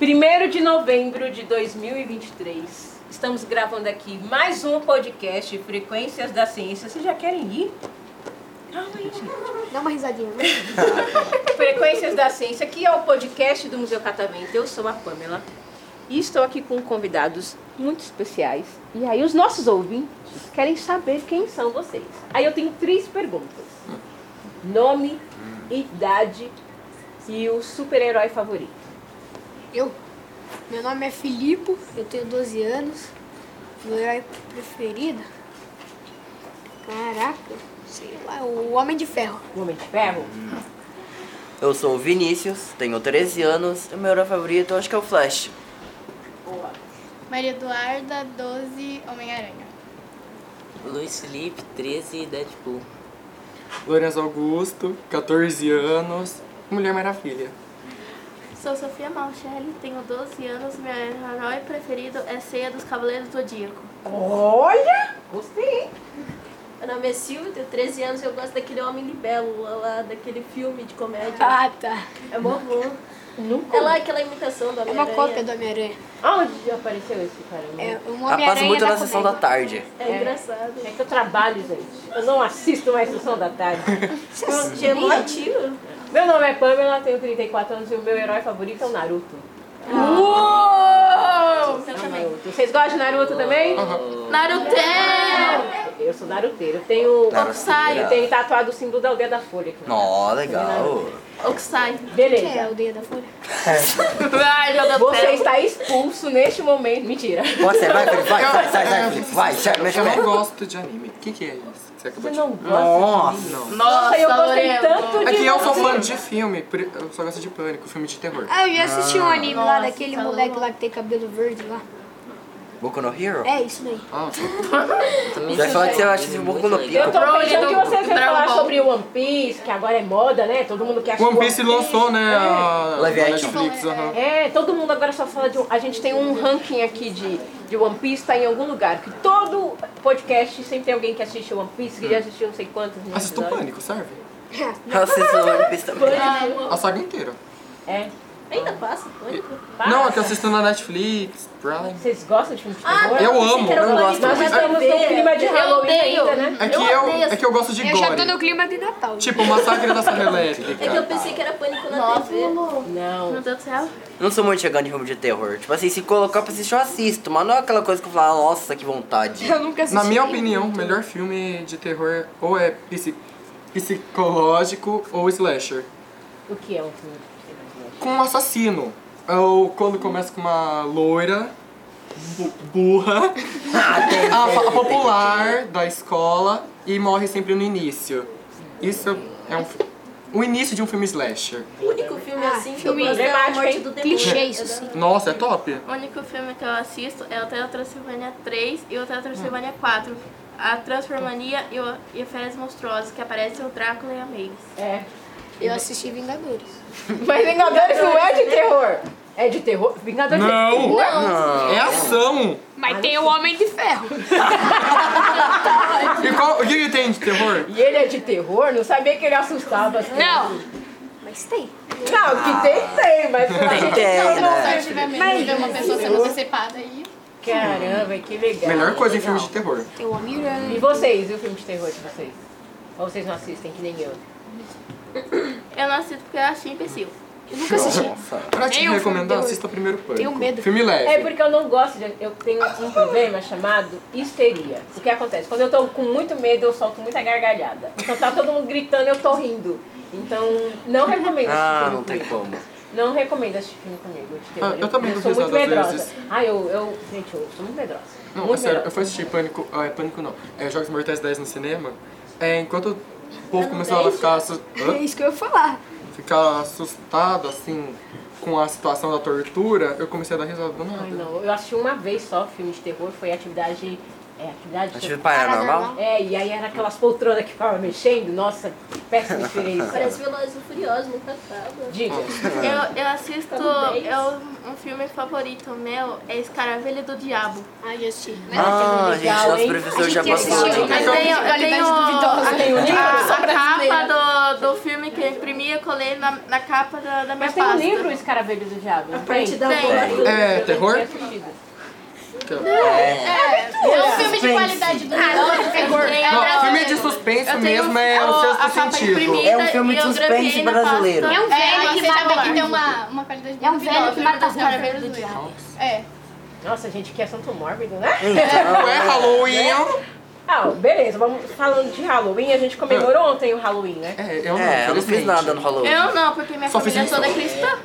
1 de novembro de 2023. Estamos gravando aqui mais um podcast Frequências da Ciência. Vocês já querem ir? Calma aí, gente. Dá uma risadinha. né? Frequências da Ciência, que é o podcast do Museu Catavento. Eu sou a Pamela e estou aqui com convidados muito especiais. E aí os nossos ouvintes querem saber quem são vocês. Aí eu tenho três perguntas. Nome, idade e o super-herói favorito. Eu. Meu nome é Filipe, eu tenho 12 anos. Meu herói preferido? Caraca, sei lá, o Homem de Ferro. O Homem de Ferro? Eu sou o Vinícius, tenho 13 anos e meu herói favorito eu acho que é o Flash. Boa. Maria Eduarda, 12, Homem-Aranha. Luiz Felipe, 13 e Deadpool. Lourenço Augusto, 14 anos, Mulher Maravilha. Sou Sofia Malchelli, tenho 12 anos, meu herói preferido é Ceia dos Cavaleiros do Zodíaco. Olha! Gostei, hein? Meu nome é Silvio, tenho 13 anos e eu gosto daquele Homem Libelo, lá daquele filme de comédia. Ah, tá. É mó bom. Nunca. É lá aquela imitação do É Homem-Aranha. uma cópia do Homem-Aranha. Onde apareceu esse caramba? É um Ah, Homem-Aranha passa muito da na sessão da comédia. tarde. É engraçado. É que eu trabalho, gente. Eu não assisto mais Sessão da Tarde. Tipo, um Gelativo. Meu nome é Pamela, tenho 34 anos e o meu herói favorito é o Naruto. Uou! Eu amo Naruto. Vocês gostam de Naruto também? Naruto! Eu sou naruteiro. Eu tenho, Naruteira. eu tenho tatuado o símbolo da aldeia da Folha aqui. Nó, Ah. legal. Oksai. Que é Beleza. o Deia da Folha? Vai, joga Você está expulso neste momento. Mentira. Pode ser, vai, Felipe, vai, vai, sai, sai, Felipe, vai, sai, mexe o Eu não pé. gosto de anime. O que, que é isso? que Você Você acabou de não gosta. Nossa. Nossa, eu gostei Lorena. tanto de É que eu sou você. fã de filme, por- eu só gosto de pânico, filme de terror. Ah, eu já assisti um anime lá Nossa, daquele tá moleque louco. lá que tem cabelo verde lá. Boku no Hero? É isso daí. Ah, Você vai falar que você acha esse Boku no Eu Pico? tô Broly pensando que do vocês vão Dragon falar Ball. sobre One Piece, que agora é moda, né? Todo mundo quer assistir One Piece lançou, né? A Live a action. Netflix, aham. É, todo mundo agora só fala de. um- A gente tem um ranking aqui de, de One Piece, tá em algum lugar. Que todo podcast sempre tem alguém que assiste One Piece, Hum. que já assistiu não sei quantos. mil Assisto episódios. pânico, serve? Eu assisto É o One Piece também. A saga inteira. É. Ainda passa, pânico. Para. Não, é que eu assisto na Netflix, Prime. Vocês gostam de filme de Ah, terror? Eu amo, eu gosto. Ah, Nós estamos no clima de Eu Halloween odeio. ainda, né? É que eu, é que eu gosto de Eu já tô gore. no clima de Natal. Tipo, Massacre da Serra É que eu Elétrica. pensei que era pânico na Nossa, TV. Não. Meu Deus do céu. Não sou muito chegando em filme de terror. Tipo assim, se colocar pra assistir, eu assisto, mas não é aquela coisa que eu falo, nossa, que vontade. Eu nunca assisti. Na minha opinião, o melhor filme de terror ou é psi- psicológico ou slasher. O que é um filme de terror? com um assassino. Ou quando começa com uma loira, bu- burra, a, fa- a popular da escola e morre sempre no início. Isso é um, fi- o início de um filme slasher. O único filme assim que Ah, filme eu gosto é A emblemático, Morte hein? do Demônio. Clichê É isso, da- sim. Nossa, é top. O único filme que eu assisto é Hotel Transilvânia 3 e Hotel Transilvânia 4. A Transformania e, o, e a Férias Monstruosas, que aparece o Drácula e a Maze. É. Eu assisti Vingadores. Mas Vingadores não é de terror. É de terror? Vingadores é de Não. terror? É ação. Mas tem o Homem de Ferro. E qual, o que, que tem de terror? E ele é de terror? Não sabia que ele assustava. as pessoas. Não. Mas tem. Não, que tem, tem, mas Tem, tem, né? Se eu tiver medo de ver uma pessoa sendo é decepada aí. Caramba, que legal. Melhor coisa em Legal. filme de terror. Tem o E Homem-Aranha. vocês, e o filme de terror de vocês? Ou vocês não assistem, que nem eu? Eu não assisto porque eu achei imbecil. Eu nunca assisti. Nossa. Pra te Nem um filme recomendar, de terror. assista primeiro Pânico. Tenho medo. Filme É leve. porque eu não gosto, de, eu tenho um problema chamado histeria. O que acontece? Quando eu tô com muito medo, eu solto muita gargalhada. Então tá todo mundo gritando, eu tô rindo. Então, não recomendo assistir Ah, filme não tem comigo. como. Não recomendo assistir filme comigo. de terror. Ah, eu também eu sou dou muito risada às medrosa. vezes. Ah, eu, eu. Gente, eu sou muito medrosa. Não, é muito sério, eu medrosa. fui assistir Pânico, ah, é Pânico não, é Jogos Mortais 10 no cinema, é, enquanto o povo começou a ficar, assu- É isso que eu ia falar. ficar assustado, assim, com a situação da tortura, eu comecei a dar risada do Ai, nada. não. Eu assisti uma vez só filme de terror, foi atividade É, atividade Atividade paranormal? É, e aí era aquelas poltronas que ficavam mexendo. Nossa, péssima experiência. Parece Velozes e Furiosos, nunca um acaba. Diga. Ah. Eu, eu assisto. Tá no dez. É um, um filme favorito meu é Escaravelho do Diabo. Ai, eu assisti. Mas Ah, legal, gente, nosso hein? professor já tinha passou assistido, de Mas mas eu é de tenho, eu qualidade tenho duvidosa. Ah, tem um livro? a, a brasileira. capa do, do filme que eu imprimi, eu colei na, na capa da, da minha Mas tem um pasta. livro Escaravelho do Diabo, não tem? um Parte da Tem. bola. É, terror? É, É um filme de qualidade do Ah, um É, Não, brasileiro. filme de suspenso Eu tenho mesmo é o- o a sexto capa sentido. imprimida É um filme e de eu suspense gravei na brasileiro. pasta. É um velho mas que você já mata vê que tem barulho. uma, uma qualidade É um duvidosa, velho que né, mata dos barulho do caramelos diabo. É. Nossa, gente, que assunto mórbido, né? É Halloween. Ah, beleza. Vamos falando de Halloween. A gente comemorou Hum. ontem o Halloween, né? É, eu não, É, eu não fiz infelizmente. nada no Halloween. Eu não, porque minha Só fiz família isso. toda é cristã.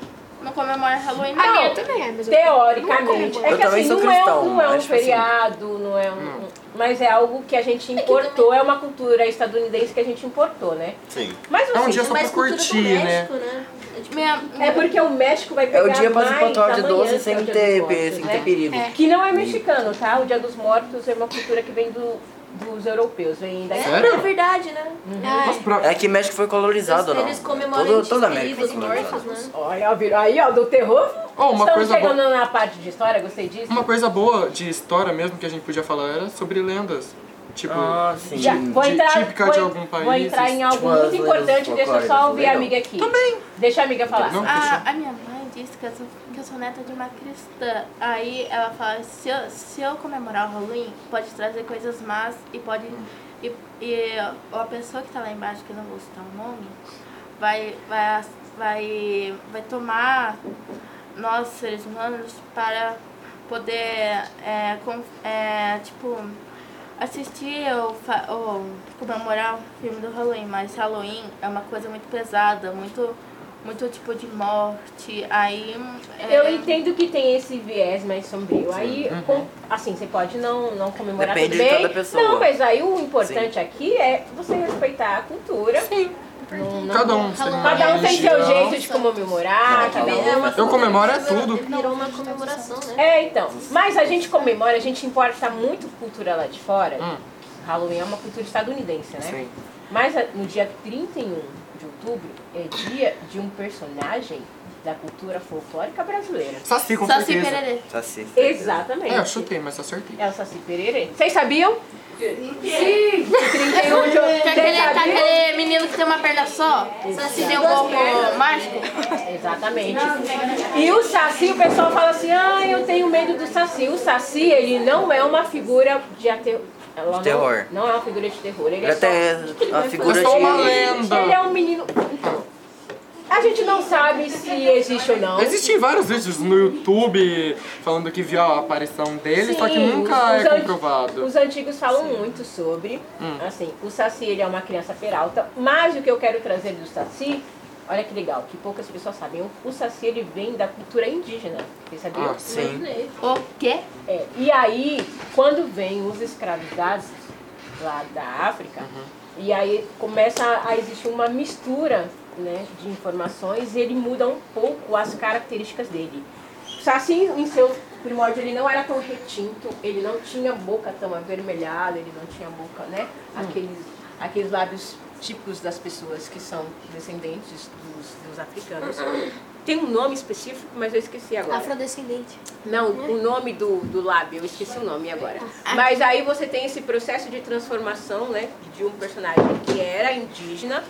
Não comemora é Halloween, Ah, não. minha também é, mas eu- Teoricamente. Eu É que também assim, sou não é cristão, um, não é um mas, tipo assim, feriado, não é um. Hum. Mas é algo que a gente importou, é uma cultura estadunidense que a gente importou, né? Sim. Mas É um assim, dia só pra Mas cultura curtir, do né? México, né? É tipo, Minha, é porque o México vai pegar É o dia para mais os 4 horas de da manhã doce que é o sem Dia ter, dos Mortos, sem né? ter perigo. Que não é mexicano, tá? O Dia dos Mortos é uma cultura que vem do- dos europeus, vem da É Sério? verdade, né? Nossa, pra- É que México foi colorizado, não. Eles comemoram Todo, toda a dias América foi queridos mortos, colorizada. né? Olha, virou aí, ó, do terror. Ó, uma Estamos coisa chegando na parte de história, gostei disso. Uma coisa boa de história mesmo que a gente podia falar era sobre lendas. Tipo, Ah, sim. Já, vou de- entrar, típica vou, de algum Vou país, entrar em tipo, algo as muito lendas importante, deixa eu folclóricas, só ouvir a legal. amiga aqui. Também. Deixa a amiga falar. Não? a, a minha mãe disse que eu, sou, que eu sou neta de uma cristã. Aí ela fala, se eu, se eu comemorar o Halloween, pode trazer coisas más e pode. E, e a pessoa que tá lá embaixo, que eu não vou citar o nome, vai, vai, ass- vai, vai tomar nós seres humanos para poder é, com- é, tipo assistir ou, fa- ou comemorar o filme do Halloween, mas Halloween é uma coisa muito pesada, muito muito tipo de morte, aí é, Eu entendo que tem esse viés mais sombrio. Aí, uhum. com- assim, você pode não, não comemorar Depende tudo de bem. cada pessoa. Não, mas aí o importante aqui é você respeitar a cultura. Sim. cada um. sei lá, Cada um tem seu religião. jeito de comemorar, cada Não, cada um. um. Eu comemoro é tudo. Virou uma comemoração, né? É, então. Mas a gente comemora, a gente importa muito cultura lá de fora. Hum. Halloween é uma cultura estadunidense, né? Sim. Mas a- no dia 31 de outubro é dia de um personagem da cultura folclórica brasileira. Saci, com Saci certeza. Pererê. Tá certo. Exatamente. É, eu chutei, mas eu acertei. É o Saci Pererê. Vocês sabiam? Sim! tá 31 de Que aquele, que outubro. aquele menino que tem uma perna só, que tem um corpo mágico. Exatamente. E o Saci, o pessoal fala assim, ah, eu tenho medo do Saci. O Saci, ele não é uma figura de ate... ela não- Terror. Não, é uma figura de terror. Ele é Já só... tem a Eu figura sou uma de... lenda. Ele é um menino... Então, a gente não sabe se existe ou não. Existem vários vídeos no YouTube falando que viu a aparição dele, só que Sim, nunca os é anti- comprovado. Hum. Os antigos falam muito sobre, assim, o Saci ele é uma criança peralta, mas o que eu quero trazer do Saci, olha que legal, que poucas pessoas sabem, o- o Saci ele vem da cultura indígena, vocês sabiam? Ah, Sim. O quê? É, e aí, quando vem os escravizados lá da África, e aí começa a- a existir uma mistura né, de informações e ele muda um pouco as características dele. Saci, em seu primórdio, ele não era tão retinto, ele não tinha boca tão avermelhada, ele não tinha boca, né? Aqueles, aqueles lábios típicos das pessoas que são descendentes dos, dos africanos. Tem um nome específico, mas eu esqueci agora. Afrodescendente. Não, o nome do, do lábio, eu esqueci o nome agora. Mas aí você tem esse processo de transformação, né? De um personagem que era indígena,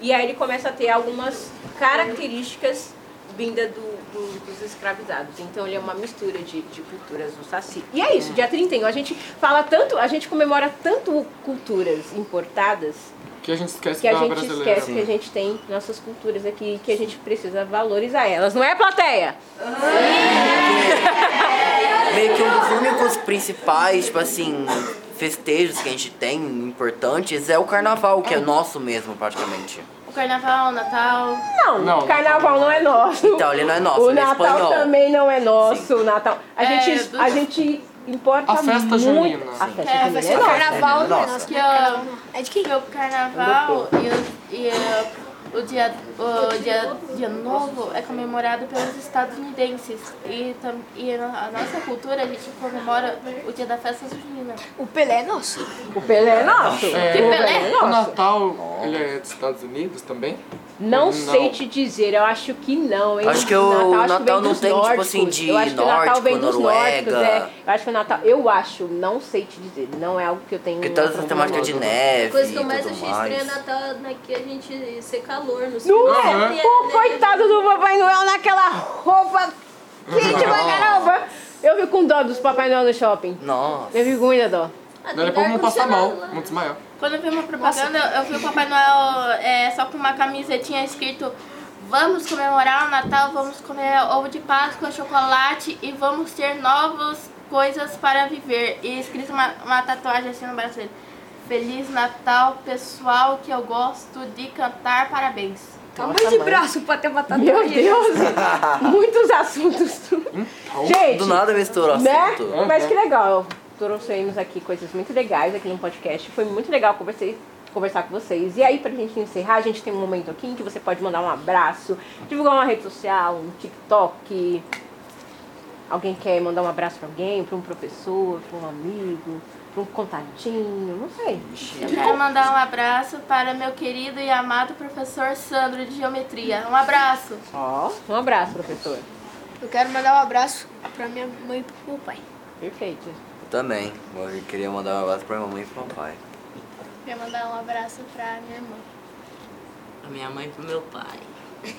e aí ele começa a ter algumas características vinda do, do- dos escravizados. Então ele é uma mistura de, de culturas do Saci. E é isso, dia 31. A gente fala tanto, a gente comemora tanto culturas importadas Que a gente esquece que a da gente brasileira. esquece que a gente tem nossas culturas aqui e que a gente precisa valorizar elas, não é, plateia? Meio que um dos únicos principais, tipo assim, festejos que a gente tem, importantes, é o carnaval, que é nosso mesmo, praticamente. O carnaval, o Natal. Não, Não. carnaval não é nosso. Então, ele não é nosso, O ele é Natal espanhol. também não é nosso, o Natal. A É, gente, do- a gente importa A festa muito. junina. A Sim. festa junina é nossa. Carnaval, né? Nossa. nossa. Que, ó, É de quem? Porque o carnaval e, o- e, O dia, o dia, dia novo é comemorado pelos estadunidenses e, tam- e na a nossa cultura a gente comemora o dia da festa junina. O Pelé é nosso. O Pelé é nosso. É. O Pelé é O nosso. Natal, ele é dos Estados Unidos também? Não, Não. sei te dizer, eu acho que não, hein? Acho que o acho Natal vem não dos tem, tipo nórdicos. assim, de Eu acho que o Natal nórdico, vem dos nórdicos, Noruega. é. Eu acho que o Natal, eu acho, não sei te dizer, não é algo que eu tenho. Porque todas essas temáticas de A neve coisa e que eu tudo mais mais. achei estranha é Natal na que a gente ser calor no Não sul. é? né? Aham. O coitado do Papai Noel naquela roupa quente pra caramba. Eu vi com dó dos Papai Noel no shopping. Nossa. Eu vi com muita dó. Ah, Daí tem depois dar vão passar mal, ar-condicionado né? lá. muito maior. Quando eu vi uma propaganda, eu vi o Papai Noel é, só com uma camisetinha escrito Vamos comemorar o Natal, vamos comer ovo de Páscoa, chocolate e vamos ter novas coisas para viver. E escrito uma, uma tatuagem assim no braço dele. Feliz Natal, pessoal, que eu gosto de cantar parabéns. Tamanho Tá um de braço pra ter uma tatuagem. Meu Deus! Tá Muitos assuntos. Gente, Um Do nada mistura o né? assunto. Mas que legal. Trouxemos aqui coisas muito legais aqui no podcast. Foi muito legal conversei- conversar com vocês. E aí, pra gente encerrar, a gente tem um momento aqui em que você pode mandar um abraço, divulgar uma rede social, um TikTok. Alguém quer mandar um abraço pra alguém, pra um professor, pra um amigo, pra um contatinho, não sei. Eu quero mandar um abraço para meu querido e amado professor Sandro de Geometria. Um abraço! Ó, um abraço, professor. Eu quero mandar um abraço pra minha mãe e pro meu pai. Perfeito. Eu também. Eu queria mandar um abraço pra minha mamãe e pro papai. Queria mandar um abraço pra minha irmã. A minha mãe pro meu pai.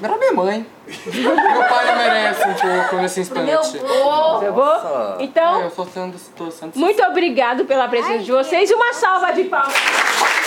Não era minha mãe. Meu pai não merece um pouco nesse instante. Eu vou? Nossa. Tá Então, É, eu sou sendo, tô sendo Muito obrigado pela presença de vocês e uma salva de palmas.